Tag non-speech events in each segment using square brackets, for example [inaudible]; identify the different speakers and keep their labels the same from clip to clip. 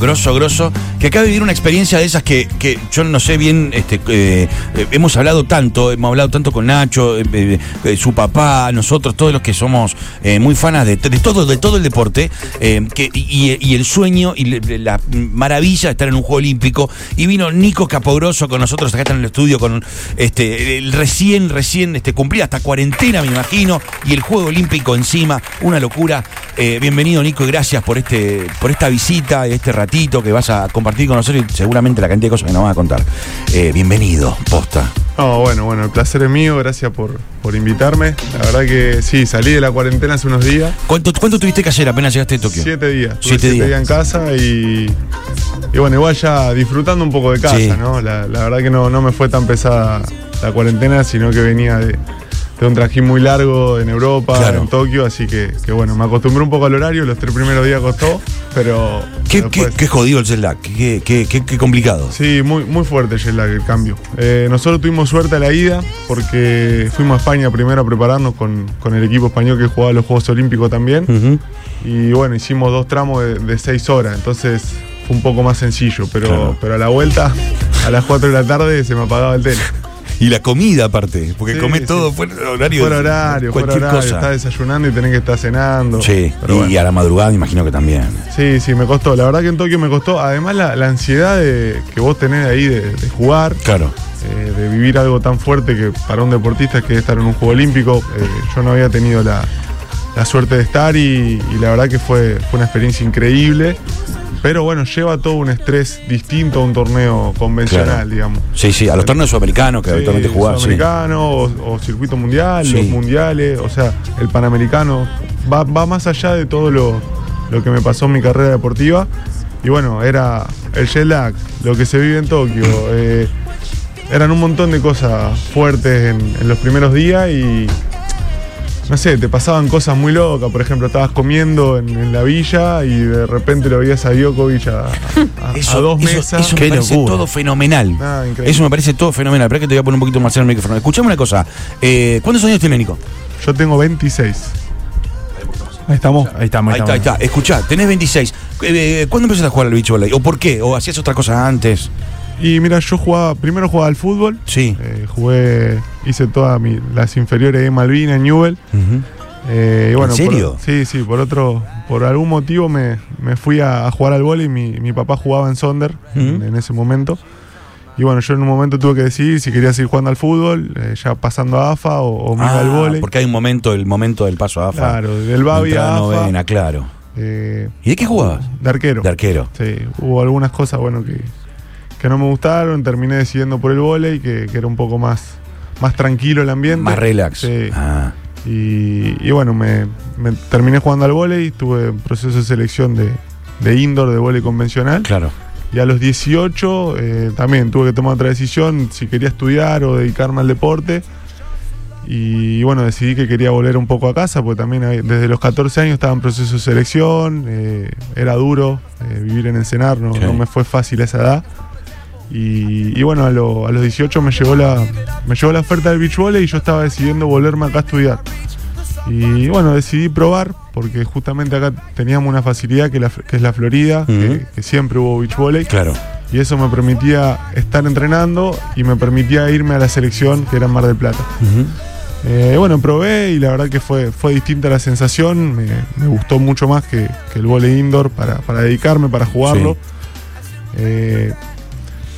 Speaker 1: grosso, grosso, que acaba de vivir una experiencia de esas que, que yo no sé bien, este, eh, eh, hemos hablado tanto, hemos hablado tanto con Nacho, eh, eh, eh, su papá, nosotros, todos los que somos eh, muy fanas de, de todo, de todo el deporte, eh, que, y, y el sueño y le- la maravilla de estar en un juego olímpico. Y vino Nico Capogroso con nosotros acá está en el estudio con este el recién, recién este, cumplida hasta cuarentena, me imagino, y el juego olímpico encima, una locura. Eh, bienvenido, Nico, y gracias por este, por esta visita, este ratito que vas a compartir con nosotros y seguramente la cantidad de cosas que nos vas a contar. Eh, bienvenido, posta.
Speaker 2: No, bueno, bueno, el placer es mío, gracias por, por invitarme. La verdad que sí, salí de la cuarentena hace unos días,
Speaker 1: ¿Cuánto, cuánto tuviste que hacer apenas llegaste de Tokio?
Speaker 2: siete días. Estuve
Speaker 1: Siete días.
Speaker 2: en casa y, y bueno, igual ya disfrutando un poco de casa,
Speaker 1: Sí.
Speaker 2: ¿no? La, la verdad que no, no me fue tan pesada la cuarentena, sino que venía de, de un trajín muy largo en Europa,
Speaker 1: Claro.
Speaker 2: en Tokio, así que, que bueno, me acostumbré un poco al horario, los tres primeros días costó, pero...
Speaker 1: Qué,
Speaker 2: pero
Speaker 1: qué-
Speaker 2: después-
Speaker 1: qué jodido el jet lag, qué, qué- qué- qué complicado.
Speaker 2: Sí, muy, muy fuerte el jet lag, el cambio. Eh, nosotros tuvimos suerte a la ida porque fuimos a España primero a prepararnos con, con el equipo español que jugaba los Juegos Olímpicos también.
Speaker 1: Ujú.
Speaker 2: Y bueno, hicimos dos tramos de, de seis horas, entonces fue un poco más sencillo. Pero,
Speaker 1: Claro.
Speaker 2: pero a la vuelta, a las 4 de la tarde, se me apagaba el tele.
Speaker 1: Y la comida aparte, porque
Speaker 2: Sí,
Speaker 1: comés
Speaker 2: sí.
Speaker 1: todo fuera de horario.
Speaker 2: Fuera horario, fuera
Speaker 1: cualquier
Speaker 2: horario,
Speaker 1: cosa.
Speaker 2: estás desayunando y tenés que estar cenando.
Speaker 1: Sí, y,
Speaker 2: Pero bueno.
Speaker 1: y a la madrugada me imagino que también.
Speaker 2: Sí, sí, me costó. La verdad que en Tokio me costó. Además, la, la ansiedad de- que vos tenés ahí de- de jugar.
Speaker 1: Claro.
Speaker 2: eh, de vivir algo tan fuerte que para un deportista que es estar en un juego olímpico, eh, yo no había tenido la, la suerte de estar y, y la verdad que fue, fue una experiencia increíble. Pero bueno, lleva todo un estrés distinto a un torneo convencional,
Speaker 1: Claro.
Speaker 2: digamos.
Speaker 1: Sí, sí, a los torneos sudamericanos que habitualmente
Speaker 2: Sí,
Speaker 1: jugás. Sí.
Speaker 2: Sudamericano o, o circuito mundial,
Speaker 1: Sí.
Speaker 2: los mundiales, o sea, el panamericano. Va, va más allá de todo lo, lo que me pasó en mi carrera deportiva. Y bueno, era el jet lag, lo que se vive en Tokio. eh, eran un montón de cosas fuertes en, en los primeros días y. No sé, te pasaban cosas muy locas. Por ejemplo, estabas comiendo en, en la villa y de repente lo veías a Djokovic a, a- a
Speaker 1: [laughs]
Speaker 2: dos
Speaker 1: eso-
Speaker 2: mesas.
Speaker 1: eso me
Speaker 3: Qué
Speaker 1: parece
Speaker 3: locura.
Speaker 1: todo fenomenal.
Speaker 2: Ah, increíble.
Speaker 1: eso me parece todo fenomenal. Espera que te voy a poner un poquito más en el micrófono. Escuchame una cosa. Eh, ¿Cuántos años tiene Nico?
Speaker 2: Yo tengo 26. Ahí estamos.
Speaker 3: Ahí estamos,
Speaker 1: Ahí está, ahí está. Escuchá, tenés 26. Eh, eh, ¿Cuándo empezaste a jugar al bicho ¿O por qué? ¿O hacías otra cosa antes?
Speaker 2: Y mira, yo jugaba, primero jugaba al fútbol.
Speaker 1: Sí.
Speaker 2: Eh, jugué, hice todas mi- las inferiores de Malvina, en Newell.
Speaker 1: Ujú.
Speaker 2: Eh, y bueno, por-
Speaker 1: serio?
Speaker 2: sí, sí, por otro, por algún motivo me, me fui a, a jugar al vóley. Mi, mi papá jugaba en Sonder en,
Speaker 1: Ujú.
Speaker 2: en ese momento. Y bueno, yo en un momento tuve que decidir si quería seguir jugando al fútbol, eh, ya pasando a AFA o, o me iba al
Speaker 1: Ah,
Speaker 2: vóley.
Speaker 1: porque hay un momento, el momento del paso a AFA.
Speaker 2: Claro, del Babi
Speaker 1: Entrada
Speaker 2: a AFA.
Speaker 1: novena, claro.
Speaker 2: eh,
Speaker 1: ¿Y de qué jugabas?
Speaker 2: de arquero.
Speaker 1: De arquero.
Speaker 2: Sí, hubo algunas cosas, bueno, que, que no me gustaron. Terminé decidiendo por el volei, que, que era un poco más, más tranquilo el ambiente.
Speaker 1: Más relax.
Speaker 2: Sí.
Speaker 1: Ah,
Speaker 2: Y, y bueno, me, me terminé jugando al volei, tuve un proceso de selección de, de indoor, de volei convencional.
Speaker 1: claro.
Speaker 2: Y a los 18 eh, también tuve que tomar otra decisión, si quería estudiar o dedicarme al deporte. Y bueno, decidí que quería volver un poco a casa, porque también hay- desde los 14 años estaba en proceso de selección, eh, era duro eh, vivir en Encenar, no,
Speaker 1: Sí.
Speaker 2: no me fue fácil a esa edad. Y, y bueno, a, lo- a los 18 me llegó, la, me llegó la oferta del beach volley y yo estaba decidiendo volverme acá a estudiar. Y bueno, decidí probar, porque justamente acá teníamos una facilidad que, la- que es la Florida, que-
Speaker 1: Ujú.
Speaker 2: que, siempre hubo beach volley.
Speaker 1: Claro.
Speaker 2: Y eso me permitía estar entrenando y me permitía irme a la selección que era en Mar del Plata. Eh, bueno, probé y la verdad que fue, fue distinta la sensación. Me, me gustó mucho más que, que el vole indoor para, para dedicarme, para jugarlo. Eh,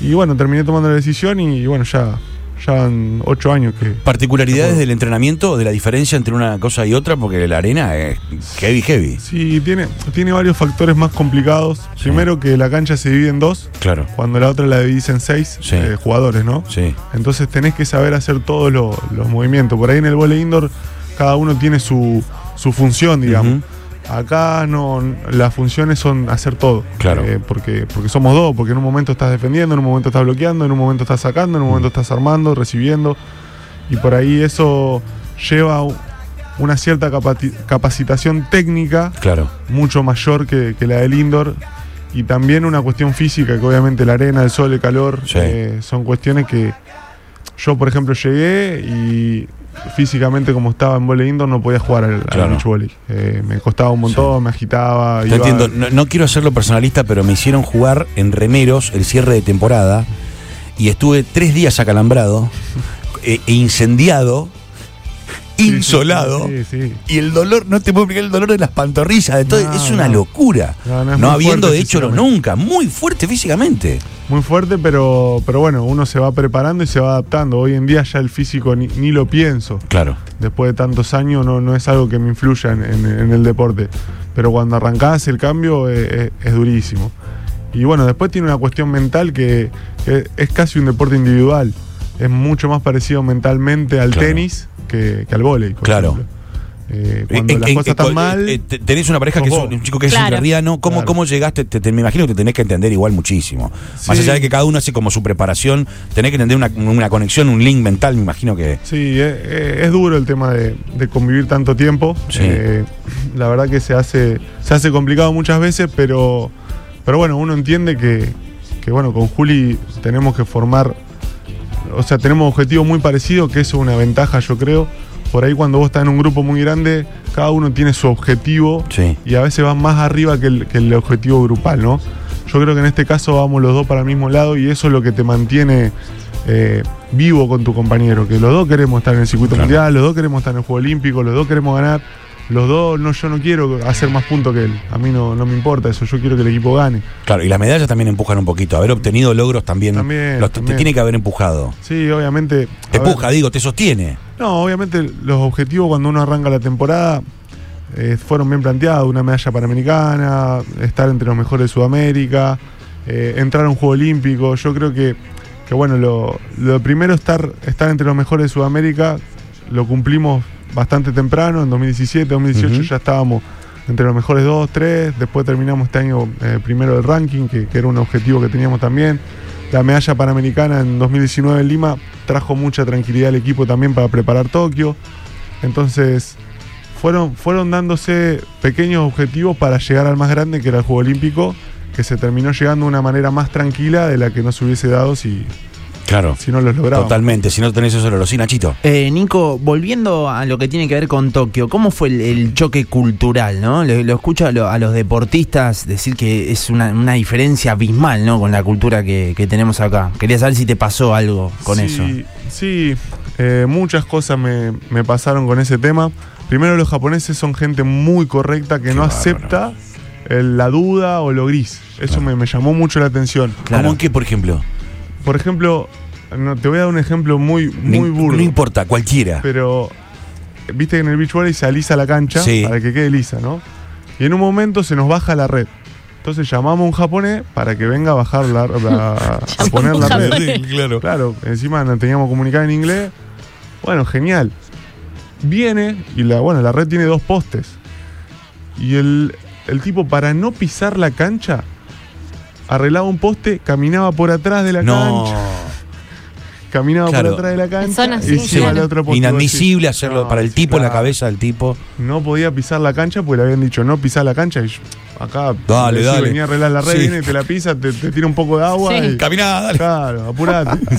Speaker 2: y bueno, terminé tomando la decisión y, bueno, ya, ya van ocho años que.
Speaker 1: ¿Particularidades
Speaker 2: Yo puedo.
Speaker 1: del entrenamiento, de la diferencia entre una cosa y otra? Porque la arena es heavy, heavy.
Speaker 2: Sí, tiene, tiene varios factores más complicados.
Speaker 1: Sí.
Speaker 2: Primero que la cancha se divide en dos,
Speaker 1: Claro.
Speaker 2: cuando la otra la divide en seis
Speaker 1: Sí.
Speaker 2: eh, jugadores, ¿no?
Speaker 1: Sí.
Speaker 2: Entonces tenés que saber hacer todos lo- los movimientos. Por ahí en el vole indoor cada uno tiene su, su función, digamos. Acá no, las funciones son hacer todo.
Speaker 1: Claro.
Speaker 2: Eh, porque, porque somos dos, porque en un momento estás defendiendo, en un momento estás bloqueando, en un momento estás sacando, en un momento estás armando, recibiendo. Y por ahí eso lleva u- una cierta capati- capacitación técnica
Speaker 1: Claro.
Speaker 2: mucho mayor que, que la del indoor. Y también una cuestión física, que obviamente la arena, el sol, el calor,
Speaker 1: Sí.
Speaker 2: eh, son cuestiones que yo, por ejemplo, llegué y físicamente como estaba en volei indoor no podía jugar al, al
Speaker 1: Claro.
Speaker 2: beach volley. Eh, me costaba un montón, me agitaba.
Speaker 1: Te
Speaker 2: iba-
Speaker 1: entiendo, no, no quiero hacerlo personalista, pero me hicieron jugar en remeros el cierre de temporada y estuve tres días acalambrado [laughs] eh, e incendiado,
Speaker 2: Sí, sí,
Speaker 1: insolado.
Speaker 2: Sí, sí.
Speaker 1: Y el dolor, no te puedo explicar el dolor de las pantorrillas, de todo,
Speaker 2: No,
Speaker 1: es una
Speaker 2: no.
Speaker 1: locura. No,
Speaker 2: No, no, es muy
Speaker 1: habiendo
Speaker 2: fuerte
Speaker 1: hecho
Speaker 2: físicamente.
Speaker 1: nunca, muy fuerte físicamente.
Speaker 2: Muy fuerte, pero, pero bueno, uno se va preparando y se va adaptando. Hoy en día ya el físico ni, ni lo pienso.
Speaker 1: Claro.
Speaker 2: Después de tantos años no, no es algo que me influya en, en- en el deporte. Pero cuando arrancás el cambio eh, eh, es, durísimo. Y bueno, después tiene una cuestión mental que, que es casi un deporte individual. Es mucho más parecido mentalmente al
Speaker 1: Claro.
Speaker 2: tenis que, que al vóley. por
Speaker 1: Claro.
Speaker 2: ejemplo. Eh, cuando
Speaker 1: Eh,
Speaker 2: las
Speaker 1: eh,
Speaker 2: cosas
Speaker 1: eh,
Speaker 2: están
Speaker 1: eh,
Speaker 2: mal...
Speaker 1: eh, te- tenés una pareja que es
Speaker 2: sos
Speaker 1: un,
Speaker 2: vos.
Speaker 1: un chico que es
Speaker 3: Claro.
Speaker 1: entrerriano. ¿Cómo,
Speaker 2: Claro.
Speaker 1: ¿Cómo llegaste? Te, te- me imagino que tenés que entender igual muchísimo. Más
Speaker 2: Sí.
Speaker 1: allá de que cada uno hace como su preparación, tenés que entender una, una conexión, un link mental, me imagino que.
Speaker 2: Sí, eh, eh, es, duro el tema de, de convivir tanto tiempo.
Speaker 1: Sí.
Speaker 2: Eh, la verdad que se hace, se hace complicado muchas veces, pero, pero bueno, uno entiende que, que, bueno, con Juli tenemos que formar, o sea, tenemos objetivos muy parecidos, que eso es una ventaja, yo creo. Por ahí cuando vos estás en un grupo muy grande, cada uno tiene su objetivo
Speaker 1: Sí.
Speaker 2: y a veces vas más arriba que el, que el objetivo grupal, ¿no? Yo creo que en este caso vamos los dos para el mismo lado y eso es lo que te mantiene eh, vivo con tu compañero, que los dos queremos estar en el circuito
Speaker 1: Claro.
Speaker 2: mundial, los dos queremos estar en el Juego Olímpico, los dos queremos ganar, los dos, no, yo no quiero hacer más puntos que él, a mí no, no me importa eso, yo quiero que el equipo gane.
Speaker 1: Claro, y las medallas también empujan un poquito. Haber obtenido logros también.
Speaker 2: También,
Speaker 1: los- te- Te
Speaker 2: también.
Speaker 1: tiene que haber empujado.
Speaker 2: Sí, obviamente...
Speaker 1: Te
Speaker 2: a ver,
Speaker 1: empuja, digo, te sostiene.
Speaker 2: No, obviamente los objetivos cuando uno arranca la temporada eh, fueron bien planteados, una medalla panamericana, estar entre los mejores de Sudamérica, eh, entrar a un Juego Olímpico, yo creo que, que bueno, lo, lo primero estar, estar entre los mejores de Sudamérica, lo cumplimos bastante temprano, en 2017, 2018
Speaker 1: Ujú.
Speaker 2: ya estábamos entre los mejores dos, tres, después terminamos este año eh, primero del ranking, que, que era un objetivo que teníamos también. La medalla panamericana en 2019 en Lima trajo mucha tranquilidad al equipo también para preparar Tokio. Entonces, fueron, fueron dándose pequeños objetivos para llegar al más grande, que era el Juego Olímpico, que se terminó llegando de una manera más tranquila de la que no se hubiese dado si,
Speaker 1: Claro.
Speaker 2: si no los lograba.
Speaker 1: Totalmente. Si no tenés eso, lo Nachito.
Speaker 4: Eh, Nico, volviendo a lo que tiene que ver con Tokio, ¿cómo fue el, el choque cultural? ¿no? Lo, lo escucho a, lo- a los deportistas decir que es una, una diferencia abismal ¿no? con la cultura que, que tenemos acá. Quería saber si te pasó algo con
Speaker 2: Sí,
Speaker 4: eso.
Speaker 2: Sí, eh, muchas cosas me, me pasaron con ese tema. Primero, los japoneses son gente muy correcta que
Speaker 1: Qué
Speaker 2: no
Speaker 1: bárbaro.
Speaker 2: acepta el- la duda o lo gris. Eso me, me llamó mucho la atención.
Speaker 4: Claro.
Speaker 1: ¿Cómo en qué, por ejemplo?
Speaker 2: Por ejemplo, no, te voy a dar un ejemplo muy,
Speaker 1: No
Speaker 2: muy
Speaker 1: im-
Speaker 2: burdo.
Speaker 1: No importa, cualquiera.
Speaker 2: Pero viste que en el beach volley se alisa la cancha
Speaker 1: Sí.
Speaker 2: para que quede lisa, ¿no? Y en un momento se nos baja la red. Entonces llamamos a un japonés para que venga a bajar
Speaker 1: [laughs]
Speaker 2: la, a- a poner la red.
Speaker 1: claro.
Speaker 2: Claro, encima nos teníamos comunicado en inglés. Bueno, genial. Viene y la, bueno, la red tiene dos postes. Y el, el tipo, para no pisar la cancha, arreglaba un poste, caminaba por atrás de la
Speaker 1: No.
Speaker 2: cancha, caminaba
Speaker 1: Claro.
Speaker 2: por atrás de la
Speaker 3: Son
Speaker 2: cancha
Speaker 3: así,
Speaker 2: y se iba
Speaker 3: claro.
Speaker 2: al otro poste.
Speaker 1: Inadmisible hacerlo
Speaker 2: No,
Speaker 1: para el
Speaker 2: sí,
Speaker 1: tipo, la
Speaker 2: claro.
Speaker 1: cabeza del tipo.
Speaker 2: No podía pisar la cancha porque le habían dicho no pisar la cancha. Y yo, acá
Speaker 1: Dale,
Speaker 2: decí,
Speaker 1: dale.
Speaker 2: venía a arreglar la red,
Speaker 1: Sí.
Speaker 2: viene, te la pisa, te, te tira un poco de agua.
Speaker 3: Sí.
Speaker 2: y-
Speaker 1: Caminá,
Speaker 2: claro, apurate.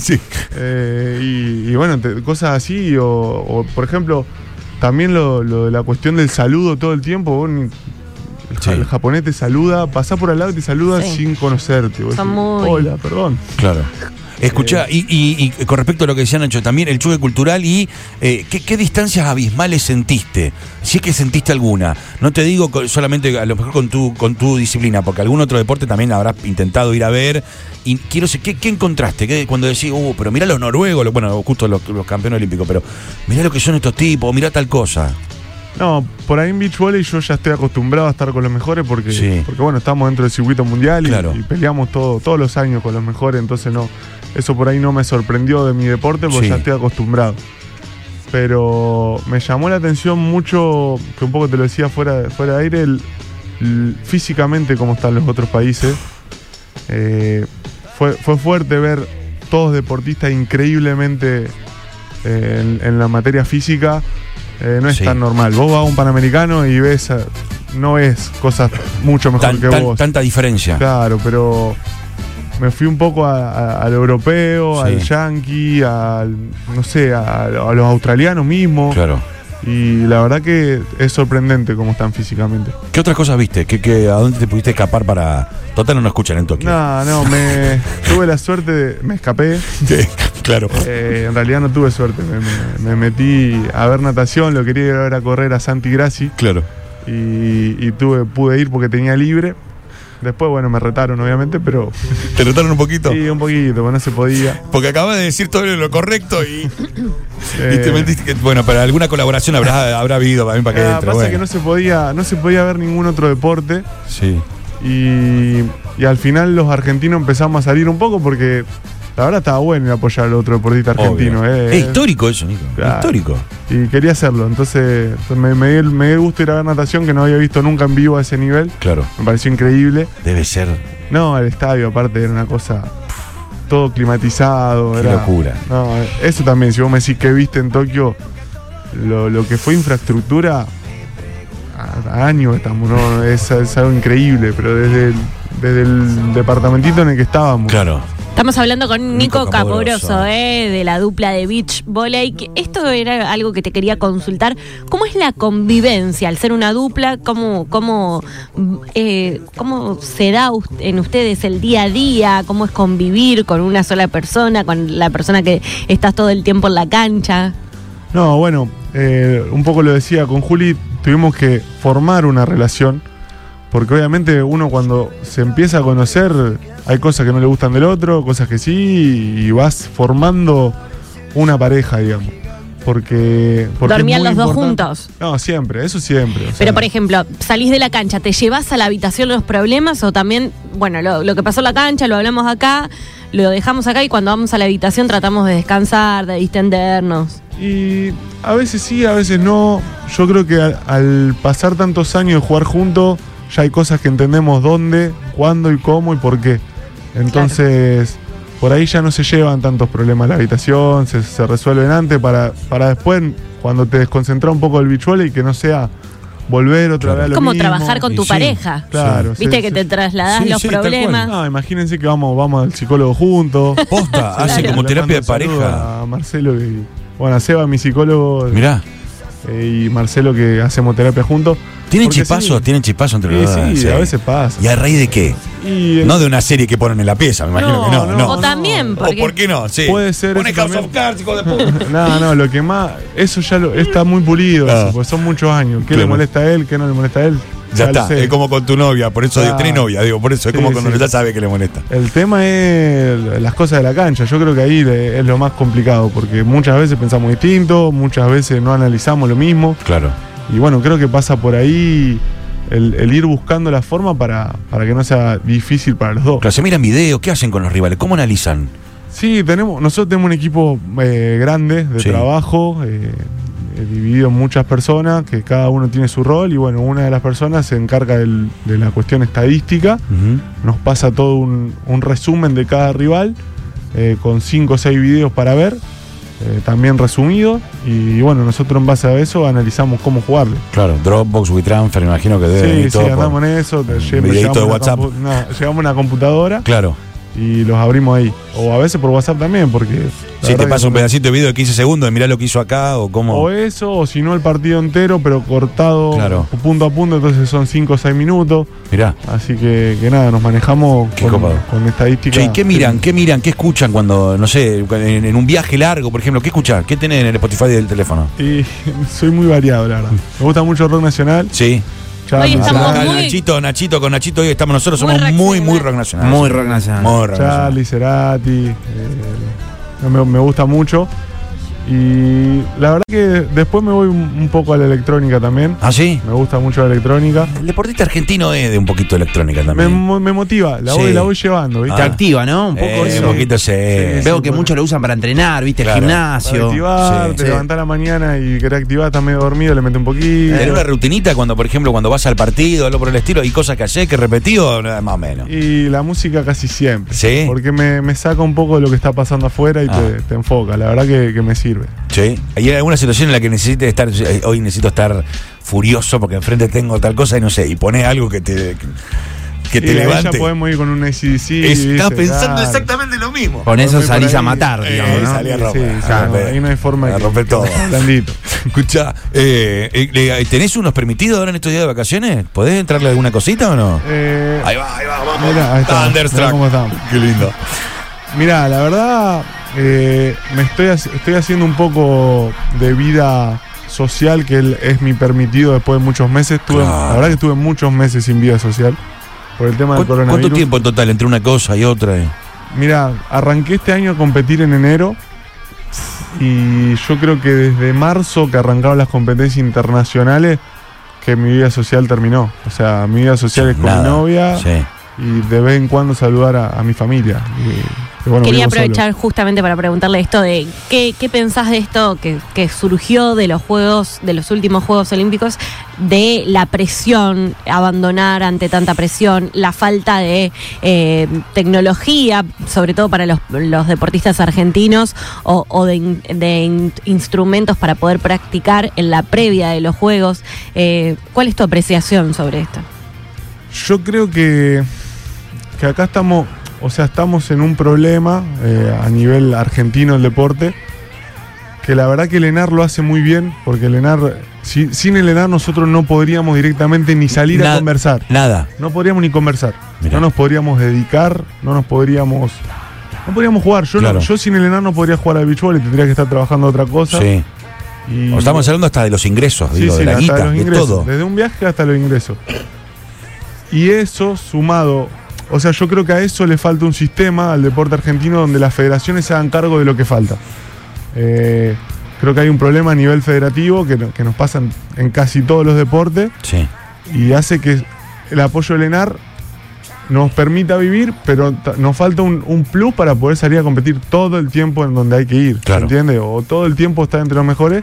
Speaker 1: [laughs] Sí.
Speaker 2: Eh, y, y bueno, te- cosas así, o, o, por ejemplo, también lo, lo de la cuestión del saludo todo el tiempo. vos ni- el, ja-
Speaker 1: Sí.
Speaker 2: el japonés te saluda, pasa por al lado y te saluda
Speaker 3: Sí.
Speaker 2: sin conocerte. vos
Speaker 3: Son
Speaker 2: decís,
Speaker 3: muy-
Speaker 2: Hola, perdón.
Speaker 1: Claro.
Speaker 2: Eh.
Speaker 1: Escuchá, y, y- y con respecto a lo que decía Nacho, también el choque cultural y eh, ¿qué, qué distancias abismales sentiste? Si es que sentiste alguna. No te digo co- solamente a lo mejor con tu, con tu disciplina, porque algún otro deporte también habrás intentado ir a ver. Y quiero sé, ¿qué, qué encontraste? ¿Qué- cuando decís, uh, pero mirá los noruegos, los- bueno, justo los, los campeones olímpicos, pero mirá lo que son estos tipos, mirá tal cosa.
Speaker 2: No, por ahí en Beach Volley yo ya estoy acostumbrado a estar con los mejores porque,
Speaker 1: Sí.
Speaker 2: porque bueno, estamos dentro del circuito mundial y,
Speaker 1: Claro.
Speaker 2: y peleamos todo, todos los años con los mejores, entonces no, eso por ahí no me sorprendió de mi deporte porque
Speaker 1: Sí.
Speaker 2: ya estoy acostumbrado. Pero me llamó la atención mucho, que un poco te lo decía fuera, fuera de aire, el- el- físicamente cómo están los otros países. Eh, fue, fue fuerte ver todos deportistas increíblemente eh, en, en la materia física. Eh, no es
Speaker 1: Sí.
Speaker 2: tan normal. Vos vas a un Panamericano y ves, eh, no ves cosas mucho mejor
Speaker 1: Tan-
Speaker 2: que
Speaker 1: tan-
Speaker 2: vos.
Speaker 1: tanta diferencia.
Speaker 2: Claro, pero me fui un poco a- a- al europeo,
Speaker 1: Sí.
Speaker 2: al yankee, al, no sé, a, a los australianos mismos.
Speaker 1: Claro.
Speaker 2: Y la verdad que es sorprendente cómo están físicamente.
Speaker 1: ¿Qué otras cosas viste? ¿Qué, qué, a dónde te pudiste escapar para.? Total, no nos escuchan en [laughs] Tokio.
Speaker 2: No, no, me tuve la suerte, de- me escapé.
Speaker 1: Sí, claro.
Speaker 2: Eh, en realidad no tuve suerte. Me, me- me metí a ver natación, lo quería ir a ver a correr a Santi Grassi
Speaker 1: Claro.
Speaker 2: y, y tuve, pude ir porque tenía libre. Después, bueno, me retaron, obviamente, pero
Speaker 1: ¿Te retaron un poquito?
Speaker 2: sí, un poquito, pues no se podía.
Speaker 1: Porque acabas de decir todo lo correcto y, [laughs] y te
Speaker 2: Eh,
Speaker 1: metiste que- Bueno, para alguna colaboración habrá, habrá habido también para que
Speaker 2: ah,
Speaker 1: entre.
Speaker 2: pasa
Speaker 1: bueno.
Speaker 2: que no se podía, no se podía ver ningún otro deporte
Speaker 1: Sí.
Speaker 2: y, y al final los argentinos empezamos a salir un poco porque la verdad estaba bueno ir a apoyar al otro deportista argentino.
Speaker 1: Obvio.
Speaker 2: eh.
Speaker 1: Es histórico eso, Nico.
Speaker 2: Claro.
Speaker 1: Histórico.
Speaker 2: Y quería hacerlo, entonces me, me dio el- me dio el gusto ir a ver natación que no había visto nunca en vivo a ese nivel.
Speaker 1: Claro.
Speaker 2: Me pareció increíble.
Speaker 1: Debe ser.
Speaker 2: No, el estadio aparte era una cosa todo climatizado.
Speaker 1: Qué
Speaker 2: era-
Speaker 1: locura.
Speaker 2: No, eso también, si vos me decís que viste en Tokio, lo, lo que fue infraestructura, a, a años estamos, ¿no? Es, es algo increíble, pero desde el, desde el departamentito en el que estábamos.
Speaker 1: Claro.
Speaker 3: Estamos hablando con
Speaker 1: Nico
Speaker 3: Nico,
Speaker 1: Caporoso.
Speaker 3: Caporoso, eh, de la dupla de Beach Volley. que Esto era algo que te quería consultar. ¿Cómo es la convivencia al ser una dupla? ¿Cómo, cómo, mm, eh, cómo se da us- en ustedes el día a día? ¿Cómo es convivir con una sola persona, con la persona que estás todo el tiempo en la cancha?
Speaker 2: No, bueno, eh, un poco lo decía con Juli, tuvimos que formar una relación, porque obviamente uno cuando se empieza a conocer, hay cosas que no le gustan del otro, cosas que sí, y vas formando una pareja, digamos. Porque, porque es
Speaker 3: ¿Dormían
Speaker 2: muy
Speaker 3: los dos
Speaker 2: importante-
Speaker 3: juntos?
Speaker 2: No, siempre, eso siempre. o sea,
Speaker 3: Pero, por ejemplo, salís de la cancha, ¿te llevas a la habitación los problemas o también, bueno, lo, lo que pasó en la cancha, lo hablamos acá, lo dejamos acá y cuando vamos a la habitación tratamos de descansar, de distendernos?
Speaker 2: Y a veces sí, a veces no. Yo creo que al, al pasar tantos años de jugar juntos, ya hay cosas que entendemos dónde, cuándo y cómo y por qué. Entonces, por ahí ya no se llevan tantos problemas a la habitación, se, se resuelven antes para, para después, cuando te desconcentra un poco el bichuelo y que no sea volver otra
Speaker 1: Claro.
Speaker 2: vez a lo
Speaker 3: Como
Speaker 2: mismo.
Speaker 3: trabajar con
Speaker 1: Y
Speaker 3: tu
Speaker 1: sí,
Speaker 3: pareja.
Speaker 2: Claro, sí,
Speaker 3: Viste
Speaker 2: sí.
Speaker 3: que te trasladás
Speaker 1: Sí,
Speaker 3: los
Speaker 1: sí, tal cual.
Speaker 3: problemas.
Speaker 2: No, imagínense que vamos, vamos al psicólogo juntos.
Speaker 1: Posta,
Speaker 2: [laughs]
Speaker 1: hace
Speaker 3: claro.
Speaker 1: como
Speaker 2: Le
Speaker 1: terapia de
Speaker 2: mando un
Speaker 1: pareja.
Speaker 2: saludo A Marcelo y. Bueno, a Seba, mi psicólogo.
Speaker 1: Mirá.
Speaker 2: eh, y Marcelo que hacemos terapia juntos.
Speaker 1: Tienen
Speaker 2: Porque
Speaker 1: chispazos,
Speaker 2: sí.
Speaker 1: tienen chispazos entre
Speaker 2: Sí,
Speaker 1: los dos.
Speaker 2: sí,
Speaker 1: sí.
Speaker 2: a veces pasa.
Speaker 1: ¿Y a raíz de qué?
Speaker 2: Y [laughs] el-
Speaker 1: No de una serie que ponen en la pieza, me imagino que no.
Speaker 2: No,
Speaker 1: no.
Speaker 3: o también,
Speaker 1: ¿O
Speaker 3: porque
Speaker 1: por qué no? Sí.
Speaker 2: Puede ser
Speaker 1: Pone
Speaker 2: eso
Speaker 1: House of
Speaker 2: también.
Speaker 1: Cards, hijo de [laughs] puta.
Speaker 2: no, no, lo que más. Eso ya lo, está muy pulido,
Speaker 1: Ah.
Speaker 2: eso, porque son muchos años. ¿Qué
Speaker 1: Claro.
Speaker 2: le molesta a él? ¿Qué no le molesta a él?
Speaker 1: Ya
Speaker 2: lo
Speaker 1: está,
Speaker 2: sé.
Speaker 1: es como con tu novia, por eso
Speaker 2: Ah.
Speaker 1: tenés novia, digo, por eso es
Speaker 2: Sí,
Speaker 1: como cuando
Speaker 2: sí.
Speaker 1: ya sabe que le molesta.
Speaker 2: El tema es las cosas de la cancha. Yo creo que ahí le- es lo más complicado, porque muchas veces pensamos distinto, muchas veces no analizamos lo mismo.
Speaker 1: Claro.
Speaker 2: Y bueno, creo que pasa por ahí el, el ir buscando la forma para, para que no sea difícil para los dos.
Speaker 1: Claro, se miran videos, ¿qué hacen con los rivales? ¿Cómo analizan?
Speaker 2: Sí, tenemos, nosotros tenemos un equipo eh, grande de
Speaker 1: Sí.
Speaker 2: trabajo, eh, eh, dividido en muchas personas, que cada uno tiene su rol y bueno, una de las personas se encarga del- de la cuestión estadística, nos pasa todo un, un resumen de cada rival, eh, con cinco o seis videos para ver, eh, también resumido, y bueno, nosotros en base a eso analizamos cómo jugarle.
Speaker 1: Claro, Dropbox, WeTransfer, me imagino que deben
Speaker 2: Sí,
Speaker 1: ir
Speaker 2: sí,
Speaker 1: todo por-
Speaker 2: andamos en eso,
Speaker 1: un
Speaker 2: lle-
Speaker 1: videíto de
Speaker 2: una
Speaker 1: WhatsApp.
Speaker 2: compu- no, llegamos a una computadora
Speaker 1: Claro.
Speaker 2: y los abrimos ahí. O a veces por WhatsApp también, porque... la
Speaker 1: Si
Speaker 2: verdad
Speaker 1: te
Speaker 2: que
Speaker 1: pasa un pedacito de video de 15 segundos, mirá lo que hizo acá o cómo.
Speaker 2: O eso, o si no el partido entero, pero cortado
Speaker 1: Claro.
Speaker 2: punto a punto, entonces son 5 o 6 minutos.
Speaker 1: Mirá.
Speaker 2: Así que, que nada, nos manejamos
Speaker 1: Qué
Speaker 2: con,
Speaker 1: copado.
Speaker 2: con estadística.
Speaker 1: Che, ¿y qué miran? ¿Qué miran? ¿Qué escuchan cuando, no sé, en, en un viaje largo, por ejemplo? ¿Qué escuchan? ¿Qué tenés en el Spotify del teléfono?
Speaker 2: Y [laughs] soy muy variado, la verdad. Me gusta mucho el rock nacional.
Speaker 1: Sí.
Speaker 2: Ya
Speaker 3: Hoy
Speaker 2: me-
Speaker 3: estamos
Speaker 1: Acá
Speaker 2: Charlie,
Speaker 3: muy-
Speaker 1: Nachito, Nachito, con Nachito hoy estamos nosotros,
Speaker 3: Muy ¿eh?
Speaker 1: somos muy, muy
Speaker 3: reaccionarios.
Speaker 1: rock nacional.
Speaker 4: Muy rock nacional.
Speaker 1: Muy rock nacional.
Speaker 2: Charlie, Cerati. eh, no, me, me gusta mucho. Y la verdad que después me voy un, un poco a la electrónica también.
Speaker 1: ¿Ah, sí?
Speaker 2: Me gusta mucho la electrónica.
Speaker 1: El deportista argentino es de un poquito de electrónica
Speaker 2: Me,
Speaker 1: también.
Speaker 2: mo- me motiva, la,
Speaker 1: Sí.
Speaker 2: voy, la voy llevando, ¿viste?
Speaker 4: Te
Speaker 1: Ah.
Speaker 4: activa, ¿no? Un poco
Speaker 1: Eh,
Speaker 4: eso.
Speaker 1: Un poquito sí.
Speaker 4: Veo que
Speaker 2: bueno.
Speaker 4: muchos lo usan para entrenar, ¿viste?
Speaker 1: Claro.
Speaker 2: Para
Speaker 4: Gimnasio.
Speaker 2: activar,
Speaker 1: Sí,
Speaker 2: te
Speaker 4: sí.
Speaker 2: levantás a la mañana y querés activar, estás medio dormido, le metes un poquito.
Speaker 1: Tener una rutinita cuando, por ejemplo, cuando vas al partido, algo por el estilo, y cosas que ayer que repetí o nada más o menos.
Speaker 2: Y la música casi siempre.
Speaker 1: Sí.
Speaker 2: Porque me, me saca un poco de lo que está pasando afuera y
Speaker 1: Ah.
Speaker 2: te, te enfoca. La verdad que, que me sirve.
Speaker 1: Sí. ¿Hay alguna situación en la que necesites estar, eh, hoy necesito estar furioso porque enfrente tengo tal cosa y no sé, y pones algo que te... que- que te
Speaker 2: y
Speaker 1: levante.
Speaker 2: Ya podemos ir con un ACDC.
Speaker 1: Está
Speaker 2: ¿viste?
Speaker 1: pensando
Speaker 2: Claro.
Speaker 1: exactamente lo mismo.
Speaker 4: Con eso
Speaker 2: Dormí por
Speaker 4: salís a
Speaker 2: ahí.
Speaker 4: matar,
Speaker 1: Eh,
Speaker 4: digamos, ¿no?
Speaker 1: salí a
Speaker 2: Sí,
Speaker 1: romper.
Speaker 2: sí,
Speaker 1: Ah,
Speaker 2: no,
Speaker 1: ve.
Speaker 2: ahí no hay forma
Speaker 1: A
Speaker 2: que-
Speaker 1: romper todo.
Speaker 2: Blandito.
Speaker 1: Escucha, eh, ¿tenés unos permitidos ahora en estos días de vacaciones? ¿Podés entrarle alguna cosita o no?
Speaker 2: Eh,
Speaker 1: Ahí va, ahí va, vamos.
Speaker 2: Mira, ahí está.
Speaker 1: Thunderstruck.
Speaker 2: Mirá cómo estamos.
Speaker 1: Qué lindo.
Speaker 2: Mira, la verdad, eh, me estoy, hac- estoy haciendo un poco de vida social que el- es mi permitido después de muchos meses. Tuve-
Speaker 1: Claro.
Speaker 2: La verdad que tuve muchos meses sin vida social por el tema del
Speaker 1: ¿Cuánto,
Speaker 2: coronavirus.
Speaker 1: cuánto tiempo en total entre una cosa y otra? eh?
Speaker 2: Mira, arranqué este año a competir en enero y yo creo que desde marzo que arrancaron las competencias internacionales que mi vida social terminó. O sea, mi vida social es con
Speaker 1: Nada.
Speaker 2: mi novia
Speaker 1: Sí.
Speaker 2: y de vez en cuando saludar a, a mi familia. Y- y bueno,
Speaker 3: Quería
Speaker 2: vivo solo.
Speaker 3: aprovechar justamente para preguntarle esto de qué, qué pensás de esto que, que surgió de los Juegos, de los últimos Juegos Olímpicos, de la presión, abandonar ante tanta presión, la falta de eh, tecnología, sobre todo para los, los deportistas argentinos, o, o de, in- de in- instrumentos para poder practicar en la previa de los Juegos. Eh, ¿Cuál es tu apreciación
Speaker 2: [laughs]
Speaker 3: sobre esto?
Speaker 2: Yo creo que, que acá estamos, o sea, estamos en un problema eh, a nivel argentino el deporte, que la verdad que el ENAR lo hace muy bien, porque el ENAR, si- sin el ENAR nosotros no podríamos directamente ni salir
Speaker 1: Na-
Speaker 2: a conversar,
Speaker 1: Nada.
Speaker 2: no podríamos ni conversar,
Speaker 1: Mirá.
Speaker 2: no nos podríamos dedicar, no nos podríamos... No podríamos jugar, yo, no-
Speaker 1: Claro.
Speaker 2: yo sin el ENAR no podría jugar al béisbol y tendría que estar trabajando otra cosa.
Speaker 1: Sí.
Speaker 2: Y-
Speaker 1: O estamos hablando hasta de los ingresos,
Speaker 2: Sí,
Speaker 1: digo,
Speaker 2: sí,
Speaker 1: de la
Speaker 2: hasta
Speaker 1: guita,
Speaker 2: los
Speaker 1: de
Speaker 2: ingresos,
Speaker 1: todo.
Speaker 2: Desde un viaje hasta los ingresos. Y eso sumado, o sea, yo creo que a eso le falta un sistema al deporte argentino donde las federaciones se hagan cargo de lo que falta. Eh, creo que hay un problema a nivel federativo que, no- que nos pasan en casi todos los deportes
Speaker 1: Sí.
Speaker 2: y hace que el apoyo del ENAR nos permita vivir, pero ta- nos falta un, un plus para poder salir a competir todo el tiempo en donde hay que ir,
Speaker 1: Claro.
Speaker 2: ¿entiendes? O todo el tiempo estar entre los mejores,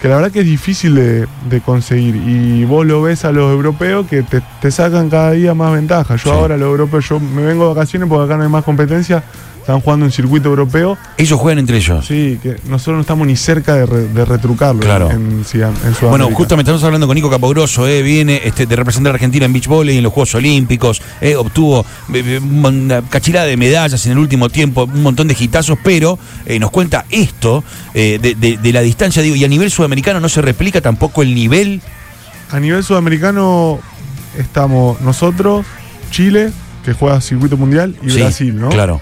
Speaker 2: que la verdad que es difícil de, de conseguir. Y vos lo ves a los europeos que te, te sacan cada día más ventaja. Yo
Speaker 1: Sí.
Speaker 2: ahora los europeos, yo me vengo de vacaciones porque acá no hay más competencia, están jugando un circuito europeo,
Speaker 1: Ellos juegan entre ellos.
Speaker 2: sí, que nosotros no estamos ni cerca de, re- de retrucarlo
Speaker 1: Claro.
Speaker 2: en, en Sudam- en
Speaker 1: Bueno,
Speaker 2: Sudamérica.
Speaker 1: justamente estamos hablando con Nico Capogroso, eh, viene este, de representar a Argentina en beach volley en los Juegos Olímpicos, eh, obtuvo eh, eh, una cachilada de medallas en el último tiempo, un montón de gitazos, pero eh, nos cuenta esto eh, de, de- de la distancia, digo, y a nivel sudamericano no se replica tampoco el nivel.
Speaker 2: A nivel sudamericano estamos nosotros, Chile, que juega circuito mundial, y
Speaker 1: Sí,
Speaker 2: Brasil, ¿no?
Speaker 1: Claro.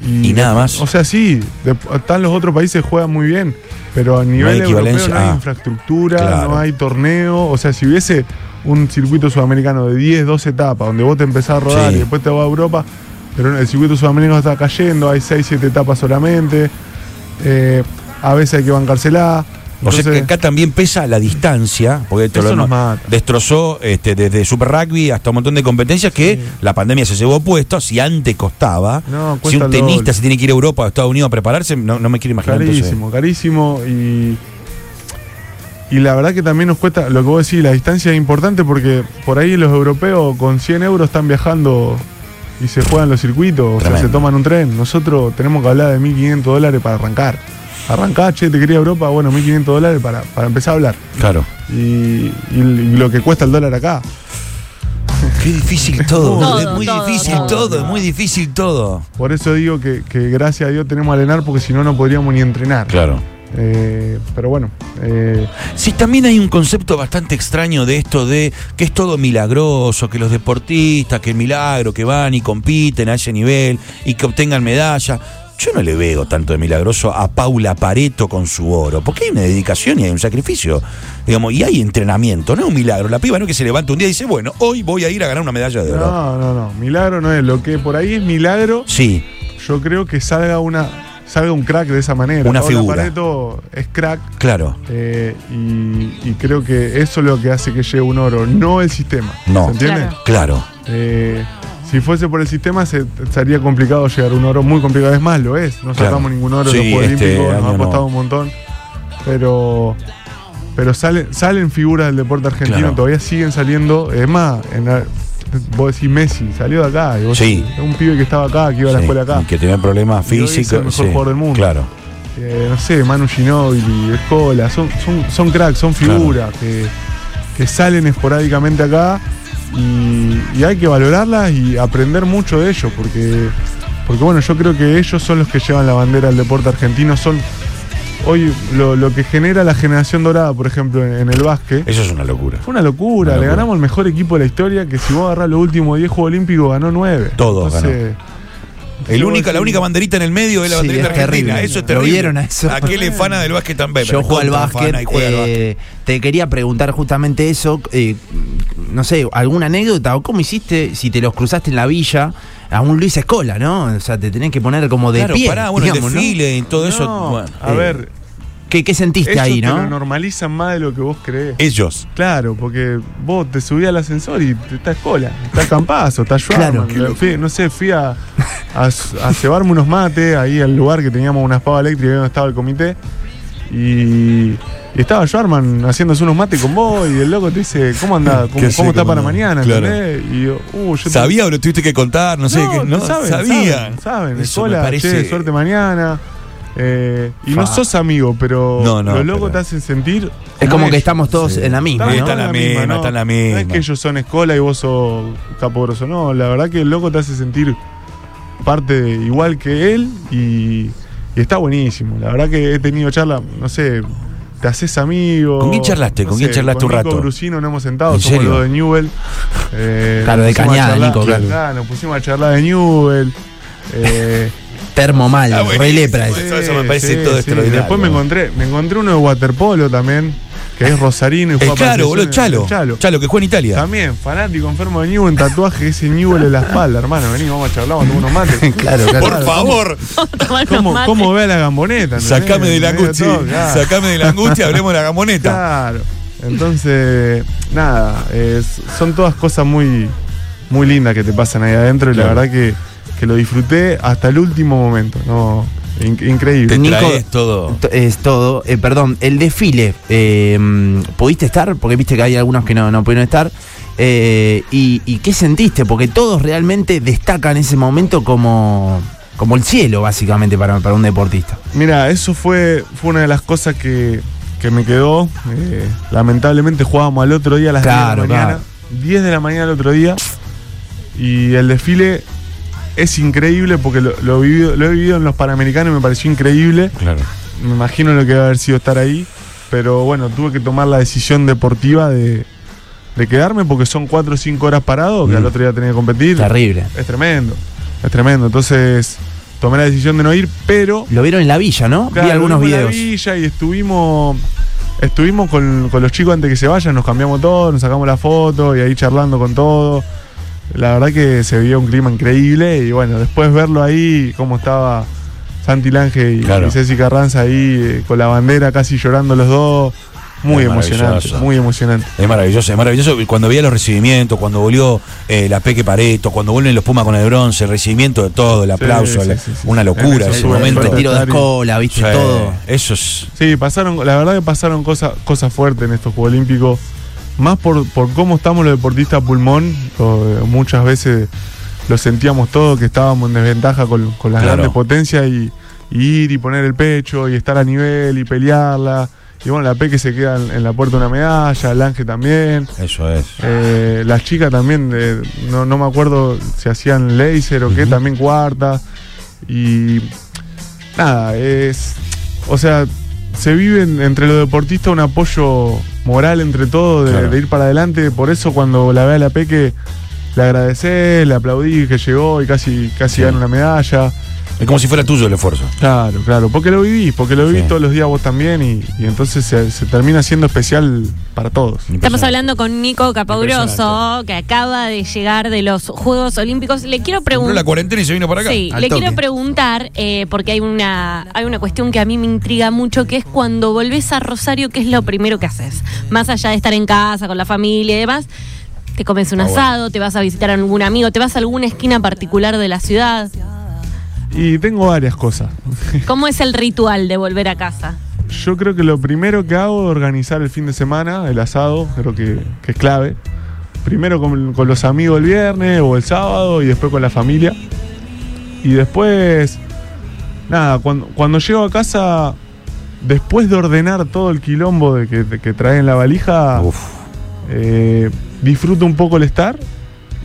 Speaker 1: y nada más.
Speaker 2: O sea, sí, de- están los otros países juegan muy bien, pero a nivel europeo
Speaker 1: equivalencia,
Speaker 2: no hay
Speaker 1: ah,
Speaker 2: infraestructura,
Speaker 1: claro.
Speaker 2: no hay torneo. O sea, si hubiese un circuito sudamericano de 10, 12 etapas, donde vos te empezás a rodar
Speaker 1: Sí.
Speaker 2: y después te vas a Europa, pero el circuito sudamericano está cayendo, hay 6, 7 etapas solamente, eh, a veces hay que bancársela.
Speaker 1: O sea que
Speaker 2: entonces-
Speaker 1: acá también pesa la distancia, porque esto
Speaker 2: Eso
Speaker 1: lo-
Speaker 2: nos mata.
Speaker 1: destrozó este, desde Super Rugby hasta un montón de competencias que la pandemia se llevó puesto, si antes costaba,
Speaker 2: No,
Speaker 1: si
Speaker 2: cuesta
Speaker 1: un
Speaker 2: el
Speaker 1: tenista
Speaker 2: doble.
Speaker 1: se tiene que ir a Europa o a Estados Unidos a prepararse, no, no me quiero imaginar. entonces.
Speaker 2: Carísimo, carísimo y. Y la verdad que también nos cuesta, lo que vos decís, la distancia es importante porque por ahí los europeos con 100 euros están viajando y se juegan los circuitos, o sea,
Speaker 1: Tremendo.
Speaker 2: se toman un tren. Nosotros tenemos que hablar de 1.500 dólares para arrancar. Arrancá, che, te quería Europa, bueno, 1.500 dólares para, para empezar a hablar.
Speaker 1: Claro.
Speaker 2: Y, y lo que cuesta el dólar acá.
Speaker 1: Qué difícil todo,
Speaker 3: Todo,
Speaker 1: es muy
Speaker 3: todo,
Speaker 1: difícil todo,
Speaker 3: todo.
Speaker 1: es muy difícil todo.
Speaker 2: Por eso digo que, que gracias a Dios tenemos a Lenar porque si no, no podríamos ni entrenar.
Speaker 1: Claro.
Speaker 2: Eh, pero bueno, eh,
Speaker 1: Sí, también hay un concepto bastante extraño de esto de que es todo milagroso, que los deportistas, que el milagro, que van y compiten a ese nivel y que obtengan medallas. Yo no le veo tanto de milagroso a Paula Pareto con su oro, porque hay una dedicación y hay un sacrificio, digamos, y hay entrenamiento, no es un milagro. La piba no es que se levanta un día y dice, bueno, hoy voy a ir a ganar una medalla de oro.
Speaker 2: No, no, no. Milagro no es. Lo que por ahí es milagro,
Speaker 1: Sí,
Speaker 2: yo creo que salga una. Salga un crack de esa manera.
Speaker 1: Una
Speaker 2: Paola
Speaker 1: figura.
Speaker 2: Pareto es crack
Speaker 1: claro.
Speaker 2: eh, y, y creo que eso es lo que hace que lleve un oro, no el sistema.
Speaker 1: No.
Speaker 2: ¿Se entiende?
Speaker 3: Claro.
Speaker 1: Claro.
Speaker 2: Eh, si fuese por el sistema se, estaría complicado llegar a un oro, muy complicado. Es más, lo es. No
Speaker 1: Claro.
Speaker 2: sacamos ningún oro en
Speaker 1: Sí,
Speaker 2: los Juegos
Speaker 1: este
Speaker 2: Olímpicos, nos
Speaker 1: año
Speaker 2: ha costado
Speaker 1: no.
Speaker 2: un montón. Pero. Pero salen, salen figuras del deporte argentino,
Speaker 1: Claro.
Speaker 2: todavía siguen saliendo. Es más, en la- vos decís Messi, salió de acá. y vos
Speaker 1: Sí.
Speaker 2: decís, un pibe que estaba acá, que iba a la
Speaker 1: Sí,
Speaker 2: escuela acá.
Speaker 1: y que tenía problemas
Speaker 2: Y hoy es el
Speaker 1: físicos.
Speaker 2: mejor jugador del mundo.
Speaker 1: Claro.
Speaker 2: Eh, no sé, Manu Ginóbili, Escola, son, son, son cracks, son figuras que, que salen esporádicamente acá y, y hay que valorarlas y aprender mucho de ellos, porque, porque bueno, yo creo que ellos son los que llevan la bandera del deporte argentino, son hoy lo, lo que genera la generación dorada, por ejemplo, en, en el básquet.
Speaker 1: Eso es una locura.
Speaker 2: Fue una locura,
Speaker 1: Eh, Una
Speaker 2: le
Speaker 1: locura.
Speaker 2: ganamos el mejor equipo de la historia, que si vos agarrás los últimos 10 Juegos Olímpicos ganó 9.
Speaker 1: Todos El única, la única banderita en el medio es la
Speaker 4: Sí,
Speaker 1: banderita
Speaker 4: es
Speaker 1: argentina.
Speaker 4: terrible.
Speaker 1: Eso es
Speaker 4: Lo
Speaker 1: terrible.
Speaker 4: vieron a eso.
Speaker 1: Aquel es fana del básquet también.
Speaker 4: Yo
Speaker 1: pero
Speaker 4: juego al
Speaker 1: contra
Speaker 4: básquet.
Speaker 1: fana y juega al
Speaker 4: eh,
Speaker 1: básquet.
Speaker 4: te quería preguntar justamente eso. eh, no sé, alguna anécdota o cómo hiciste si te los cruzaste en la villa a un Luis Escola, ¿no? O sea, te tenés que poner como eh, de
Speaker 1: Claro,
Speaker 4: pie.
Speaker 1: pará, bueno,
Speaker 4: digamos,
Speaker 1: el
Speaker 4: ¿no?
Speaker 1: desfile y todo eso.
Speaker 2: No,
Speaker 1: bueno.
Speaker 2: a
Speaker 4: eh,
Speaker 2: ver,
Speaker 4: ¿Qué, qué sentiste
Speaker 2: ellos
Speaker 4: ahí,
Speaker 2: te
Speaker 4: no?
Speaker 2: lo normalizan más de lo que vos crees.
Speaker 1: Ellos.
Speaker 2: Claro, porque vos te subís al ascensor y te- está escola, está campazo, está
Speaker 4: Claro,
Speaker 2: Schwarman.
Speaker 4: qué loco.
Speaker 2: Fui- no sé, fui a, a, a cebarme unos mates ahí al lugar que teníamos una espada eléctrica donde estaba el comité. Y, y estaba Schwarman haciéndose unos mates con vos y el loco te dice, ¿cómo
Speaker 1: [laughs]
Speaker 2: anda?
Speaker 1: ¿Qué
Speaker 2: ¿Cómo,
Speaker 1: hace?
Speaker 2: cómo está
Speaker 1: ¿Cómo
Speaker 2: para
Speaker 1: anda?
Speaker 2: mañana?
Speaker 1: Claro.
Speaker 2: ¿entendés? Y yo, uh, yo te-
Speaker 1: ¿Sabía o lo tuviste que contar? No sé. que- no,
Speaker 2: saben,
Speaker 1: sabía.
Speaker 2: Saben, saben.
Speaker 1: Eso me
Speaker 2: Escola,
Speaker 1: parece-
Speaker 2: che, suerte mañana. Eh, y no
Speaker 4: Fa.
Speaker 2: sos amigo, pero
Speaker 1: No, no,
Speaker 2: los locos
Speaker 1: pero-
Speaker 2: te hacen sentir.
Speaker 4: Es como que
Speaker 2: ellos.
Speaker 4: estamos todos
Speaker 1: Sí.
Speaker 4: en la misma,
Speaker 1: Está
Speaker 4: ¿no?
Speaker 1: bien, en la misma,
Speaker 2: ¿no?
Speaker 1: está en la
Speaker 2: No es
Speaker 1: misma.
Speaker 2: que ellos son escola y vos sos caporoso, no. La verdad que el loco te hace sentir parte de- igual que él y, y está buenísimo. La verdad que he tenido charla, no sé, te haces amigo.
Speaker 1: ¿Con quién charlaste? ¿Con quién charlaste
Speaker 2: con
Speaker 1: un
Speaker 2: Nico
Speaker 1: rato?
Speaker 2: Brusino nos hemos sentado,
Speaker 1: ¿En
Speaker 2: somos
Speaker 1: serio?
Speaker 2: los de Newell. Eh,
Speaker 4: Claro,
Speaker 2: nos
Speaker 4: de
Speaker 2: pusimos a
Speaker 4: Cañada,
Speaker 2: charlar-
Speaker 4: Nico, claro.
Speaker 2: Ah, nos pusimos a charlar
Speaker 1: [laughs]
Speaker 2: de Newell. Eh,
Speaker 4: Termo mal,
Speaker 1: Ah, buenísimo,
Speaker 4: re lepra.
Speaker 1: eso. me parece todo extraordinario.
Speaker 2: Después me encontré, me encontré uno de waterpolo también, que es Rosarino y
Speaker 1: El
Speaker 2: juega para
Speaker 1: claro, boludo,
Speaker 2: selecciones.
Speaker 1: Chalo. Chalo. que juega en Italia.
Speaker 2: También, fanático enfermo de Newell, tatuaje ese Newell en la espalda, hermano. Vení, vamos a charlar, vamos a tomar unos
Speaker 1: [laughs]
Speaker 2: mates.
Speaker 4: Claro, claro.
Speaker 1: Por favor,
Speaker 3: Tomar unos
Speaker 2: ¿Cómo,
Speaker 3: mates.
Speaker 2: ¿Cómo ve a la gamboneta? ¿entendés?
Speaker 1: sacame de la
Speaker 2: En medio
Speaker 1: angustia.
Speaker 2: todo, claro.
Speaker 1: Sacame de la angustia, hablemos
Speaker 4: [laughs]
Speaker 1: de la gamboneta.
Speaker 2: Claro. Entonces, nada, es- son todas cosas muy, muy lindas que te pasan ahí adentro y la
Speaker 1: Claro.
Speaker 2: verdad que, que lo disfruté hasta el último momento. No, In- increíble.
Speaker 1: Te
Speaker 4: Nico-
Speaker 1: traes todo.
Speaker 4: T- Es todo. Eh, perdón, el desfile. eh, ¿Pudiste estar? Porque viste que hay algunos que no, no pudieron estar. Eh, y, y qué sentiste? Porque todos realmente destacan ese momento como, como el cielo, básicamente, para, para un deportista.
Speaker 2: Mira, eso fue, fue una de las cosas que, que me quedó. Eh, lamentablemente jugábamos al otro día a las
Speaker 4: Claro,
Speaker 2: 10 de la mañana.
Speaker 4: claro.
Speaker 2: 10 de la mañana al otro día. Y el desfile es increíble porque lo, lo, vivido- lo he vivido en los Panamericanos y me pareció increíble.
Speaker 1: Claro.
Speaker 2: Me imagino lo que va a haber sido estar ahí. Pero bueno, tuve que tomar la decisión deportiva de, de quedarme porque son 4 o 5 horas parado que
Speaker 1: Mm.
Speaker 2: al otro día tenía que competir.
Speaker 4: Terrible.
Speaker 2: Es tremendo, es tremendo. Entonces tomé la decisión de no ir, pero...
Speaker 4: Lo vieron en la villa, ¿no?
Speaker 2: Claro,
Speaker 4: Vi algunos
Speaker 2: fuimos a la
Speaker 4: videos.
Speaker 2: villa y estuvimos estuvimos con, con los chicos antes que se vayan, nos cambiamos todo, nos sacamos la foto y ahí charlando con todo. La verdad que se vio un clima increíble y bueno, después verlo ahí, cómo estaba Santi Lange y,
Speaker 1: Claro.
Speaker 2: y Ceci Carranza ahí eh, con la bandera casi llorando los dos. Muy
Speaker 1: Es
Speaker 2: emocionante,
Speaker 1: maravilloso.
Speaker 2: muy emocionante.
Speaker 1: Es maravilloso, es maravilloso. Cuando veía los recibimientos, cuando volvió eh, la Peque Pareto, cuando vuelven los Pumas con el bronce, el recibimiento de todo, el aplauso,
Speaker 2: sí,
Speaker 1: la-
Speaker 2: sí, sí.
Speaker 1: una locura ese
Speaker 2: En eso
Speaker 4: El,
Speaker 2: sube,
Speaker 4: el
Speaker 1: momento.
Speaker 2: sube.
Speaker 4: retiro de escola,
Speaker 1: Sí,
Speaker 4: viste todo.
Speaker 1: Eso es.
Speaker 2: Sí, pasaron, la verdad que pasaron cosas cosas fuertes en estos Juegos Olímpicos. Más por, por cómo estamos los deportistas pulmón, o, eh, muchas veces lo sentíamos todo, que estábamos en desventaja con, con las
Speaker 1: Claro.
Speaker 2: grandes potencias y, y ir y poner el pecho y estar a nivel y pelearla. Y bueno, la P que se queda en, en la puerta una medalla, el Ángel también.
Speaker 1: Eso es.
Speaker 2: Eh, las chicas también, de- no, no me acuerdo si hacían laser o qué,
Speaker 1: Ujú.
Speaker 2: también cuarta. Y nada, es. O sea, se vive en- entre los deportistas un apoyo moral entre todos de,
Speaker 1: Claro.
Speaker 2: de ir para adelante. Por eso cuando la ve a la Peque, le agradecé, le aplaudí que llegó y casi, casi
Speaker 1: Sí.
Speaker 2: ganó una medalla.
Speaker 1: Es como si fuera tuyo el esfuerzo.
Speaker 2: Claro, claro, porque lo vivís, porque lo vivís
Speaker 1: Sí.
Speaker 2: todos los días vos también y, y entonces se, se termina siendo especial para todos.
Speaker 3: Estamos hablando con Nico Capauroso,
Speaker 1: Impresionante.
Speaker 3: que acaba de llegar de los Juegos Olímpicos. Le
Speaker 1: Compró
Speaker 3: quiero
Speaker 1: la
Speaker 3: preguntar.
Speaker 1: cuarentena y se vino para acá.
Speaker 3: Sí,
Speaker 4: Al
Speaker 3: le
Speaker 4: toque.
Speaker 3: quiero preguntar, eh, porque hay una, hay una cuestión que a mí me intriga mucho, que es cuando volvés a Rosario, ¿qué es lo primero que haces? Más allá de estar en casa, con la familia y demás, te comes un
Speaker 1: Ah, bueno.
Speaker 3: asado, te vas a visitar a algún amigo, te vas a alguna esquina particular de la ciudad.
Speaker 2: Y tengo varias cosas.
Speaker 3: ¿Cómo es el ritual de volver a casa?
Speaker 2: Yo creo que lo primero que hago es organizar el fin de semana, el asado, creo que, que es clave. Primero con, con los amigos el viernes o el sábado y después con la familia. Y después, nada, cuando, cuando llego a casa, después de ordenar todo el quilombo de que, de que traen la valija,
Speaker 1: Uf,
Speaker 2: eh, disfruto un poco el estar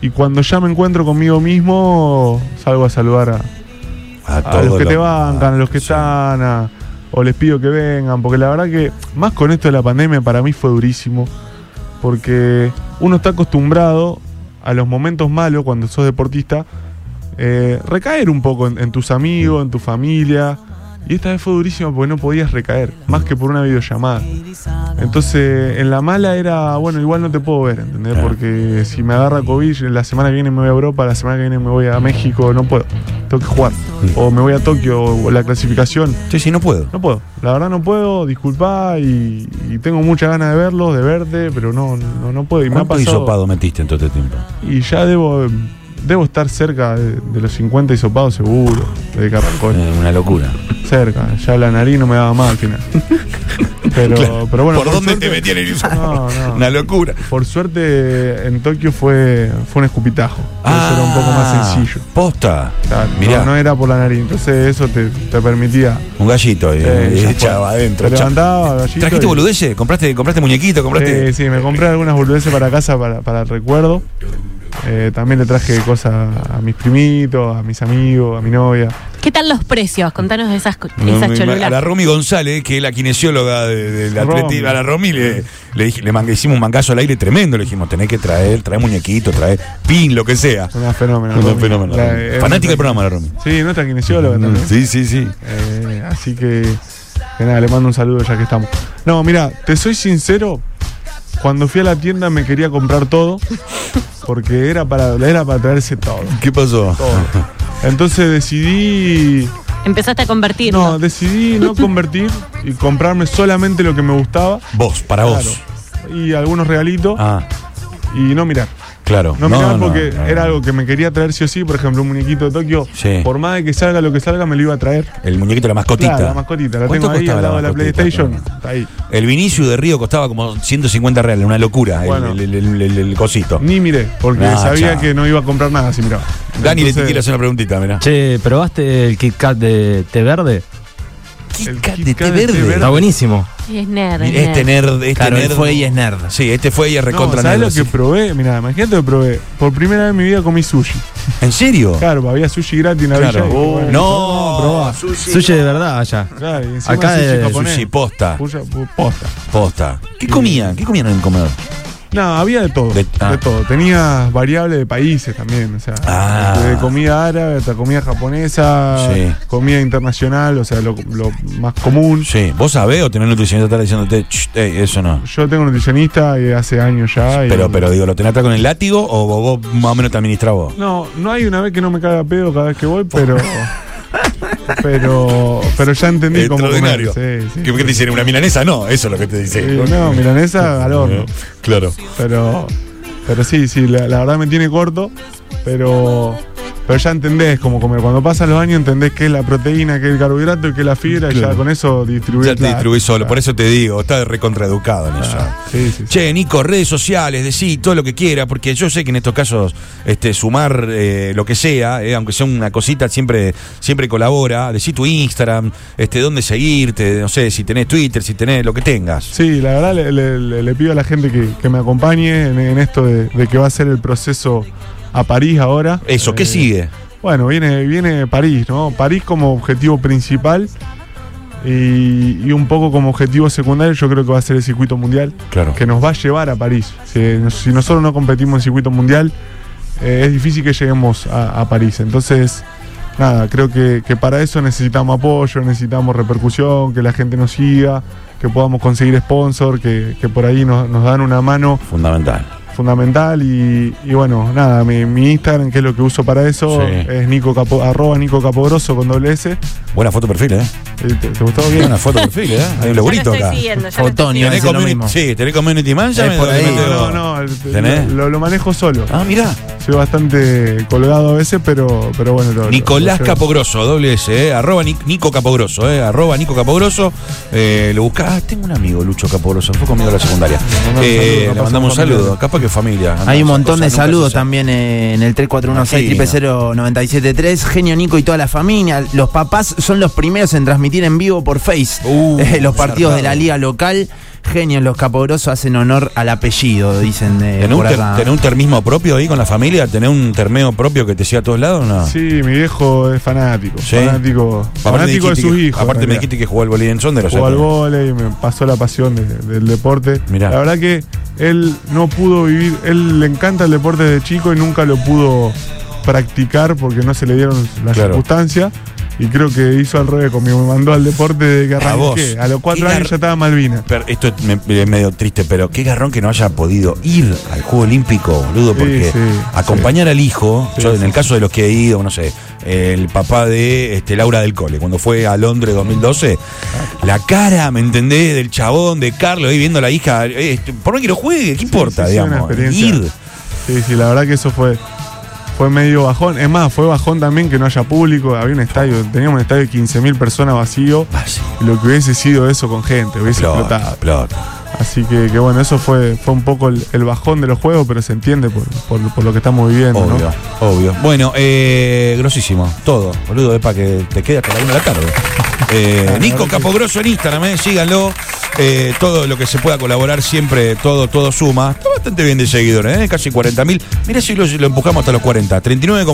Speaker 2: y cuando ya me encuentro conmigo mismo, salgo a saludar a,
Speaker 1: A,
Speaker 2: a
Speaker 1: todos
Speaker 2: los que te bancan, a los que están, a- o les pido que vengan, porque la verdad que más con esto de la pandemia para mí fue durísimo, porque uno está acostumbrado a los momentos malos cuando sos deportista, eh, recaer un poco en, en tus amigos, en tu familia, y esta vez fue durísimo porque no podías recaer, más que por una videollamada. Entonces, en la mala era, bueno, igual no te puedo ver, ¿entendés?
Speaker 1: Claro.
Speaker 2: Porque si me agarra COVID, la semana que viene me voy a Europa, la semana que viene me voy a México, no puedo. Tengo que jugar. O me voy a Tokio, o la clasificación.
Speaker 1: Sí, sí, no puedo.
Speaker 2: No puedo. La verdad no puedo, disculpa y, y tengo muchas ganas de verlos, de verte, pero no, no, no puedo. Y me ha
Speaker 1: ¿Cuántos
Speaker 2: pasado.
Speaker 1: hisopados metiste en todo este tiempo?
Speaker 2: Y ya debo, debo estar cerca de, de los 50 hisopados seguro, de que arrancó esto.
Speaker 1: Eh, una locura.
Speaker 2: Cerca, ya la nariz no me daba más al final. Pero, pero bueno. suerte-
Speaker 1: metían el
Speaker 2: No, no.
Speaker 1: Una locura.
Speaker 2: Por suerte en Tokio fue, fue un escupitajo. eso era un poco más
Speaker 1: Ah,
Speaker 2: sencillo.
Speaker 1: Posta.
Speaker 2: Claro,
Speaker 1: Mirá,
Speaker 2: no, no era por la nariz, entonces eso te, te permitía.
Speaker 1: un gallito eh,
Speaker 2: Eh, ya
Speaker 1: echaba
Speaker 2: fue.
Speaker 1: adentro.
Speaker 2: Te
Speaker 1: chao.
Speaker 2: levantaba, gallito.
Speaker 1: ¿Trajiste
Speaker 2: y- Eh,
Speaker 1: boludeces? eh? ¿Compraste, compraste muñequito? ¿Compraste?
Speaker 2: Sí, sí, me compré algunas boludeces para casa para, para el recuerdo. Eh, también le traje cosas a mis primitos, a mis amigos, a mi novia.
Speaker 3: ¿Qué tal los precios? Contanos de esas, co-
Speaker 1: No,
Speaker 3: esas
Speaker 1: me-
Speaker 3: cholulas.
Speaker 1: a la Romy González, que es la kinesióloga de- del
Speaker 2: Romy.
Speaker 1: atletismo, a la Romy le, le, dij- le manga- hicimos un mangazo al aire tremendo. Le dijimos, tenés que traer, traer muñequito, traer pin, lo que sea.
Speaker 2: Una fenómena.
Speaker 1: Un
Speaker 2: Romy.
Speaker 1: fenómeno.
Speaker 2: La-
Speaker 1: la Romy.
Speaker 2: es
Speaker 1: Fanática del
Speaker 2: nuestra-
Speaker 1: programa, la Romy. Mm,
Speaker 2: Sí, nuestra kinesióloga también.
Speaker 1: Sí, sí, sí.
Speaker 2: Eh, así que, que nada, le mando un saludo ya que estamos. No, mira, te soy sincero, cuando fui a la tienda me quería comprar todo, porque era para, era para traerse todo.
Speaker 1: ¿Qué pasó?
Speaker 2: todo. Entonces decidí
Speaker 3: Empezaste a convertirlo.
Speaker 2: no, decidí no convertir y comprarme solamente lo que me gustaba.
Speaker 1: Vos, para vos.
Speaker 2: Claro. Y algunos regalitos
Speaker 1: Ah,
Speaker 2: y no mirar.
Speaker 1: claro.
Speaker 2: No, mirar porque
Speaker 1: no, no.
Speaker 2: era algo que me quería traer sí o sí, por ejemplo, un muñequito de Tokio.
Speaker 1: Sí.
Speaker 2: Por más de que salga lo que salga, me lo iba a traer.
Speaker 1: El muñequito, la mascotita.
Speaker 2: Claro, la mascotita, la
Speaker 1: ¿Cuánto
Speaker 2: tengo ahí
Speaker 1: costaba
Speaker 2: al lado de la
Speaker 1: mascotita?
Speaker 2: PlayStation. Está ahí.
Speaker 1: El Vinicius de Río costaba como 150 reales, una locura el-
Speaker 2: Bueno.
Speaker 1: el, el- el- el cosito.
Speaker 2: Ni miré, porque
Speaker 1: No,
Speaker 2: sabía
Speaker 1: Ah, chao.
Speaker 2: que no iba a comprar nada si miraba.
Speaker 1: Dani, le
Speaker 2: Entonces,
Speaker 1: quiero hacer una preguntita, mirá.
Speaker 5: Che, ¿probaste el Kit Kat de té verde?
Speaker 1: Kit
Speaker 2: el
Speaker 1: Kat
Speaker 2: Kit
Speaker 1: de
Speaker 2: Kat
Speaker 1: té
Speaker 2: de té
Speaker 1: verde.
Speaker 5: Está buenísimo.
Speaker 3: Y es nerd. es nerd.
Speaker 1: Este nerd, este
Speaker 4: Claro, él
Speaker 1: nerd.
Speaker 4: fue y es nerd.
Speaker 1: Sí, este fue y es
Speaker 2: No,
Speaker 1: recontra
Speaker 2: ¿Sabes
Speaker 1: nerd,
Speaker 2: lo que
Speaker 1: sí.
Speaker 2: probé? Mirá, imagínate que probé. Por primera vez en mi vida comí sushi.
Speaker 1: ¿En serio?
Speaker 2: Claro, había sushi gratis en la
Speaker 1: Claro.
Speaker 2: villa. y bueno,
Speaker 1: no,
Speaker 5: Probá. Sushi de verdad allá.
Speaker 2: claro, y encima
Speaker 5: Acá de
Speaker 2: japonés.
Speaker 1: Sushi, posta,
Speaker 2: Puya- pu- posta.
Speaker 1: posta. ¿Qué comían? ¿Qué comían en el comedor?
Speaker 2: No, había de todo.
Speaker 1: De-
Speaker 2: De,
Speaker 1: ah.
Speaker 2: todo. Tenía variables de países también. O sea,
Speaker 1: Ah.
Speaker 2: de comida árabe hasta comida japonesa,
Speaker 1: Sí.
Speaker 2: comida internacional, o sea, lo, lo más común.
Speaker 1: Sí, vos sabés o tenés nutricionista estar diciéndote, "Ch, ey, eso no.
Speaker 2: Yo tengo nutricionista y hace años ya. y-
Speaker 1: Pero, pero digo, ¿lo tenés atrás con el látigo o vos, vos más o menos te administrás vos?
Speaker 2: No, no hay una vez que no me caga pedo cada vez que voy,
Speaker 1: [laughs]
Speaker 2: pero. pero. Pero ya entendí cómo. comer.
Speaker 1: Extraordinario.
Speaker 2: Sí, sí.
Speaker 1: ¿Qué, qué te dicen? ¿Una milanesa? No, eso es lo que te
Speaker 2: Sí,
Speaker 1: dicen.
Speaker 2: no, milanesa al horno.
Speaker 1: Claro.
Speaker 2: Pero, pero sí, sí, la, la verdad me tiene corto, pero, pero ya entendés cómo comer. Cuando pasan los años entendés qué es la proteína, qué es el carbohidrato y qué es la fibra, y ya con eso distribuís.
Speaker 1: Ya te distribuís solo, por eso te digo, está recontraeducado en eso.
Speaker 2: Ah, Sí, sí, sí.
Speaker 1: Che, Nico, redes sociales, decí todo lo que quiera, porque yo sé que en estos casos este, sumar eh, lo que sea, eh, aunque sea una cosita, siempre, siempre colabora. Decí tu Instagram, este, dónde seguirte, no sé, si tenés Twitter, si tenés lo que tengas.
Speaker 2: Sí, la verdad le, le- le- le pido a la gente que, que me acompañe en, en esto de, de que va a ser el proceso a París ahora.
Speaker 1: Eso, ¿qué
Speaker 2: Eh,
Speaker 1: sigue?
Speaker 2: Bueno, viene, viene París, ¿no? París como objetivo principal y, y un poco como objetivo secundario yo creo que va a ser el circuito mundial.
Speaker 1: Claro.
Speaker 2: que nos va a llevar a París. Si, si nosotros no competimos en circuito mundial, eh, es difícil que lleguemos a, a París. Entonces, nada, creo que, que para eso necesitamos apoyo, necesitamos repercusión, que la gente nos siga, que podamos conseguir sponsor, que, que por ahí nos, nos dan una mano
Speaker 1: Fundamental.
Speaker 2: fundamental. Y, y bueno, nada, mi, mi Instagram, que es lo que uso para eso,
Speaker 1: Sí.
Speaker 2: es Nico Capo- arroba Nico Capogroso con doble S. Eh,
Speaker 1: Buena foto de perfil, ¿eh?
Speaker 2: ¿Te, te gustó bien?
Speaker 1: Buena foto de perfil, ¿eh? Hay un
Speaker 3: Ya lo
Speaker 1: logrito
Speaker 3: estoy
Speaker 1: acá.
Speaker 3: siguiendo, ya lo estoy
Speaker 4: Fotonio,
Speaker 1: Tenés
Speaker 3: siguiendo.
Speaker 4: Iba a decir lo
Speaker 1: community,
Speaker 4: mismo.
Speaker 1: sí, tenés community manager.
Speaker 4: Es por ahí.
Speaker 2: No, no, el-
Speaker 1: ¿Tenés?
Speaker 2: lo, lo manejo solo.
Speaker 1: Ah, mirá.
Speaker 2: Soy bastante colgado a veces, pero, pero bueno. lo- lo-
Speaker 1: Nicolás
Speaker 2: lo-
Speaker 1: Capogroso, doble S, eh, arroba Nic- Nico Capogroso, eh, arroba Nico Capogroso. eh, lo buscás. Ah, tengo un amigo, Lucho Capogroso, fue conmigo a la secundaria.
Speaker 2: mandamos
Speaker 1: Eh,
Speaker 2: un saludo,
Speaker 1: le
Speaker 2: capaz
Speaker 1: mandamos un
Speaker 2: somos
Speaker 1: saludo,
Speaker 2: familiares.
Speaker 1: capaz que familia.
Speaker 4: Hay un
Speaker 1: Esas
Speaker 4: montón de
Speaker 1: cosas nunca
Speaker 4: saludos
Speaker 1: se saben.
Speaker 4: también eh, en el 3416-000-973. Genio Nico y toda la familia. Los papás son los primeros en transmitir en vivo por Face
Speaker 1: Uh,
Speaker 4: [laughs] eh, los
Speaker 1: zarpado.
Speaker 4: partidos de la liga local. genios los Capobrosos hacen honor al apellido, dicen eh,
Speaker 1: ¿Tenés un,
Speaker 4: por
Speaker 1: ter-
Speaker 4: acá.
Speaker 1: tenés un termismo propio ahí con la familia? ¿Tenés un termeo propio que te siga a todos lados o no?
Speaker 2: Sí, mi viejo es fanático.
Speaker 1: Sí.
Speaker 2: Fanático,
Speaker 1: Aparte
Speaker 2: fanático de
Speaker 1: dijiste
Speaker 2: sus
Speaker 1: que-
Speaker 2: hijos.
Speaker 1: Aparte
Speaker 2: en
Speaker 1: me
Speaker 2: realidad.
Speaker 1: dijiste que jugó al Bolívar en Sonder. o sea
Speaker 2: Jugó al
Speaker 1: que-
Speaker 2: vóley, me pasó la pasión de- del deporte.
Speaker 1: Mirá.
Speaker 2: La verdad que él no pudo vivir, él le encanta el deporte de chico y nunca lo pudo practicar porque no se le dieron las
Speaker 1: Claro.
Speaker 2: circunstancias. Y creo que hizo al revés conmigo, me mandó al deporte de que
Speaker 1: A
Speaker 2: arranqué.
Speaker 1: vos.
Speaker 2: A, los cuatro
Speaker 1: Y la-
Speaker 2: años ya estaba en Malvina.
Speaker 1: Pero esto es me- es medio triste, pero qué garrón que no haya podido ir al Juego Olímpico, boludo,
Speaker 2: Sí,
Speaker 1: porque
Speaker 2: sí,
Speaker 1: acompañar al hijo,
Speaker 2: Sí,
Speaker 1: yo en
Speaker 2: sí.
Speaker 1: el caso de los que he ido, no sé, el papá de este, Laura del Cole, cuando fue a Londres 2012, la cara, ¿me entendés? Del chabón, de Carlos, ahí viendo a la hija, eh, este, por más que no juegue, ¿qué importa,
Speaker 2: sí, sí, una
Speaker 1: digamos?
Speaker 2: experiencia.
Speaker 1: Ir.
Speaker 2: Sí, sí, la verdad que eso fue fue medio bajón. Es más, fue bajón también que no haya público. Había un estadio, teníamos un estadio de 15.000 personas vacío.
Speaker 1: Ah, sí.
Speaker 2: y Lo que hubiese sido eso con gente, hubiese
Speaker 1: Explota,
Speaker 2: explotado.
Speaker 1: explota.
Speaker 2: Así que, que bueno, eso fue, fue un poco el, el bajón de los juegos, pero se entiende por, por- por lo que estamos viviendo,
Speaker 1: Obvio,
Speaker 2: ¿no?
Speaker 1: obvio. Bueno, eh, grosísimo, todo, boludo, es para que te quede hasta la una de la
Speaker 2: [laughs]
Speaker 1: tarde. Eh, Nico Capogroso en Instagram, eh, síganlo. Eh, todo lo que se pueda colaborar siempre, todo, todo suma. Está bastante bien de seguidores, eh, casi 40.000. Mirá si lo, lo empujamos hasta los 40, 39,9.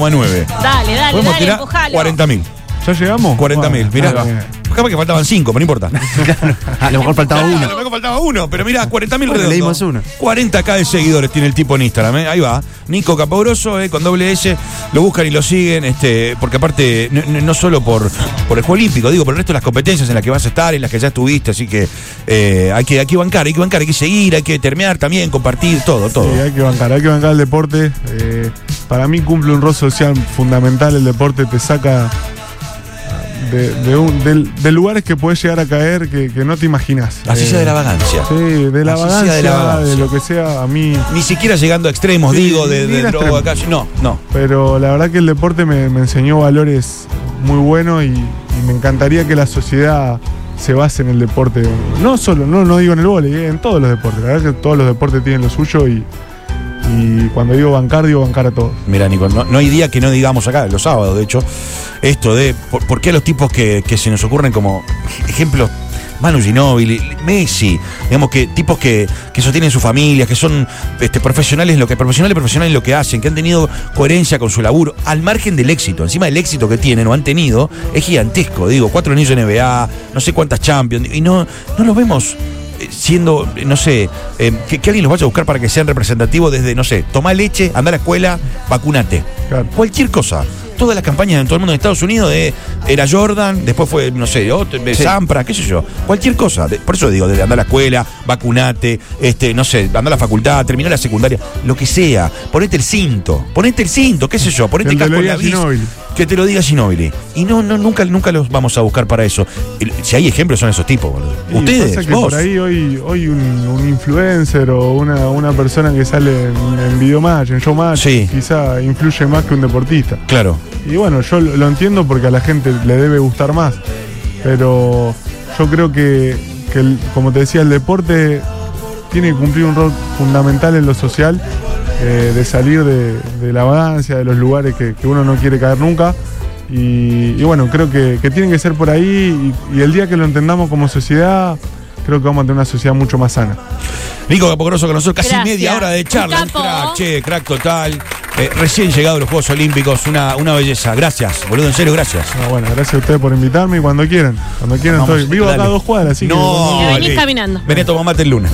Speaker 3: Dale, dale,
Speaker 1: Podemos
Speaker 3: dale,
Speaker 1: tirar
Speaker 3: empujalo.
Speaker 1: 40.000,
Speaker 2: ¿Ya llegamos?
Speaker 1: 40.000, mirá.
Speaker 2: Bueno, ahí va.
Speaker 1: Capaz que faltaban 5, pero no importa.
Speaker 4: [laughs]
Speaker 2: [laughs]
Speaker 4: A lo mejor faltaba
Speaker 1: Claro,
Speaker 4: uno.
Speaker 1: a lo mejor faltaba uno, pero mirá, 40.000
Speaker 4: Bueno,
Speaker 1: redondo.
Speaker 4: le dimos uno.
Speaker 1: 40k de seguidores tiene el tipo en Instagram, ¿eh? ahí va. Nico Capabroso, ¿eh? con doble S, lo buscan y lo siguen, este, porque aparte, no, no- no solo por, por el Juego Olímpico, digo, por el resto de las competencias en las que vas a estar, en las que ya estuviste, así que, eh, hay que hay que bancar, hay que bancar, hay que seguir, hay que terminar también, compartir, todo, todo.
Speaker 2: Sí, hay que bancar, hay que bancar el deporte. Eh, para mí cumple un rol social fundamental el deporte, te saca de, de un- del- de lugares que puedes llegar a caer que, que no te imaginas. Eh,
Speaker 1: Así sea de la vagancia.
Speaker 2: Sí, de la
Speaker 1: Así sea
Speaker 2: vagancia,
Speaker 1: de
Speaker 2: de,
Speaker 1: la vagancia.
Speaker 2: lo que sea, a mí.
Speaker 1: Ni siquiera llegando a extremos,
Speaker 2: Sí,
Speaker 1: digo, de,
Speaker 2: ni
Speaker 1: de
Speaker 2: a
Speaker 1: droga,
Speaker 2: extremos.
Speaker 1: calle, no, no.
Speaker 2: Pero la verdad que el deporte me, me enseñó valores muy buenos y, y me encantaría que la sociedad se base en el deporte. No solo, no, no digo en el vóley, eh, en todos los deportes. La verdad que todos los deportes tienen lo suyo y, y cuando digo bancar, digo bancar a todos.
Speaker 1: Mira, Nico, no, no hay día que no digamos acá, los sábados, de hecho, esto de por, por qué a los tipos que, que se nos ocurren como ejemplos, Manu Ginóbili, Messi, digamos que tipos que, que sostienen sus familias, que son este, profesionales, en lo que profesionales, profesionales en lo que hacen, que han tenido coherencia con su laburo, al margen del éxito, encima del éxito que tienen o han tenido, es gigantesco, digo, cuatro anillos de NBA, no sé cuántas Champions, y no, no los vemos eh, siendo, eh, no sé, eh, que, que alguien los vaya a buscar para que sean representativos desde, no sé, tomá leche, andá a la escuela, vacunate.
Speaker 2: Claro.
Speaker 1: Cualquier cosa. Todas las campañas en todo el mundo de Estados Unidos de era Jordan, después fue, no sé, otro, de
Speaker 4: Sí.
Speaker 1: Sampra, qué sé yo. Cualquier cosa. De- por eso digo, desde andar a la escuela, vacunate, este, no sé, andar a la facultad, terminar la secundaria, lo que sea. Ponete el cinto, ponete el cinto, qué sé yo, ponete
Speaker 2: Que
Speaker 1: el
Speaker 2: te
Speaker 1: casco
Speaker 2: lo
Speaker 1: en la
Speaker 2: diga
Speaker 1: bici.
Speaker 2: Ginóbili.
Speaker 1: Que te lo diga Ginóbili. Y no, no, nunca, nunca los vamos a buscar para eso. El- Si hay ejemplos son esos tipos, boludo.
Speaker 2: Y pasa
Speaker 1: Ustedes,
Speaker 2: que
Speaker 1: vos.
Speaker 2: por ahí hoy, hoy un, un influencer o una, una persona que sale en, en videomatch, en showmatch,
Speaker 1: Sí.
Speaker 2: quizá influye más que un deportista.
Speaker 1: Claro.
Speaker 2: Y bueno, yo lo lo entiendo porque a la gente le debe gustar más. Pero yo creo que, que el- como te decía, el deporte tiene que cumplir un rol fundamental en lo social, eh, de salir de, de la vagancia, de los lugares que, que uno no quiere caer nunca. Y, y bueno, creo que, que tienen que ser por ahí y, y el día que lo entendamos como sociedad, creo que vamos a tener una sociedad mucho más sana.
Speaker 1: Nico Capogroso con nosotros, casi
Speaker 3: Gracias.
Speaker 1: media hora de charla. Un
Speaker 3: Capo.
Speaker 1: crack, che, crack total. Eh, recién llegado a los Juegos Olímpicos, una, una belleza. Gracias, boludo, en serio, gracias.
Speaker 2: Ah, Bueno, bueno, gracias a ustedes por invitarme y cuando quieran, cuando quieran
Speaker 1: Vamos,
Speaker 2: estoy. Vivo acá a
Speaker 1: dale.
Speaker 2: dos cuadras, así que.
Speaker 1: No,
Speaker 3: Y venís
Speaker 1: Ale.
Speaker 3: caminando.
Speaker 1: Vení a tomar mate el lunes.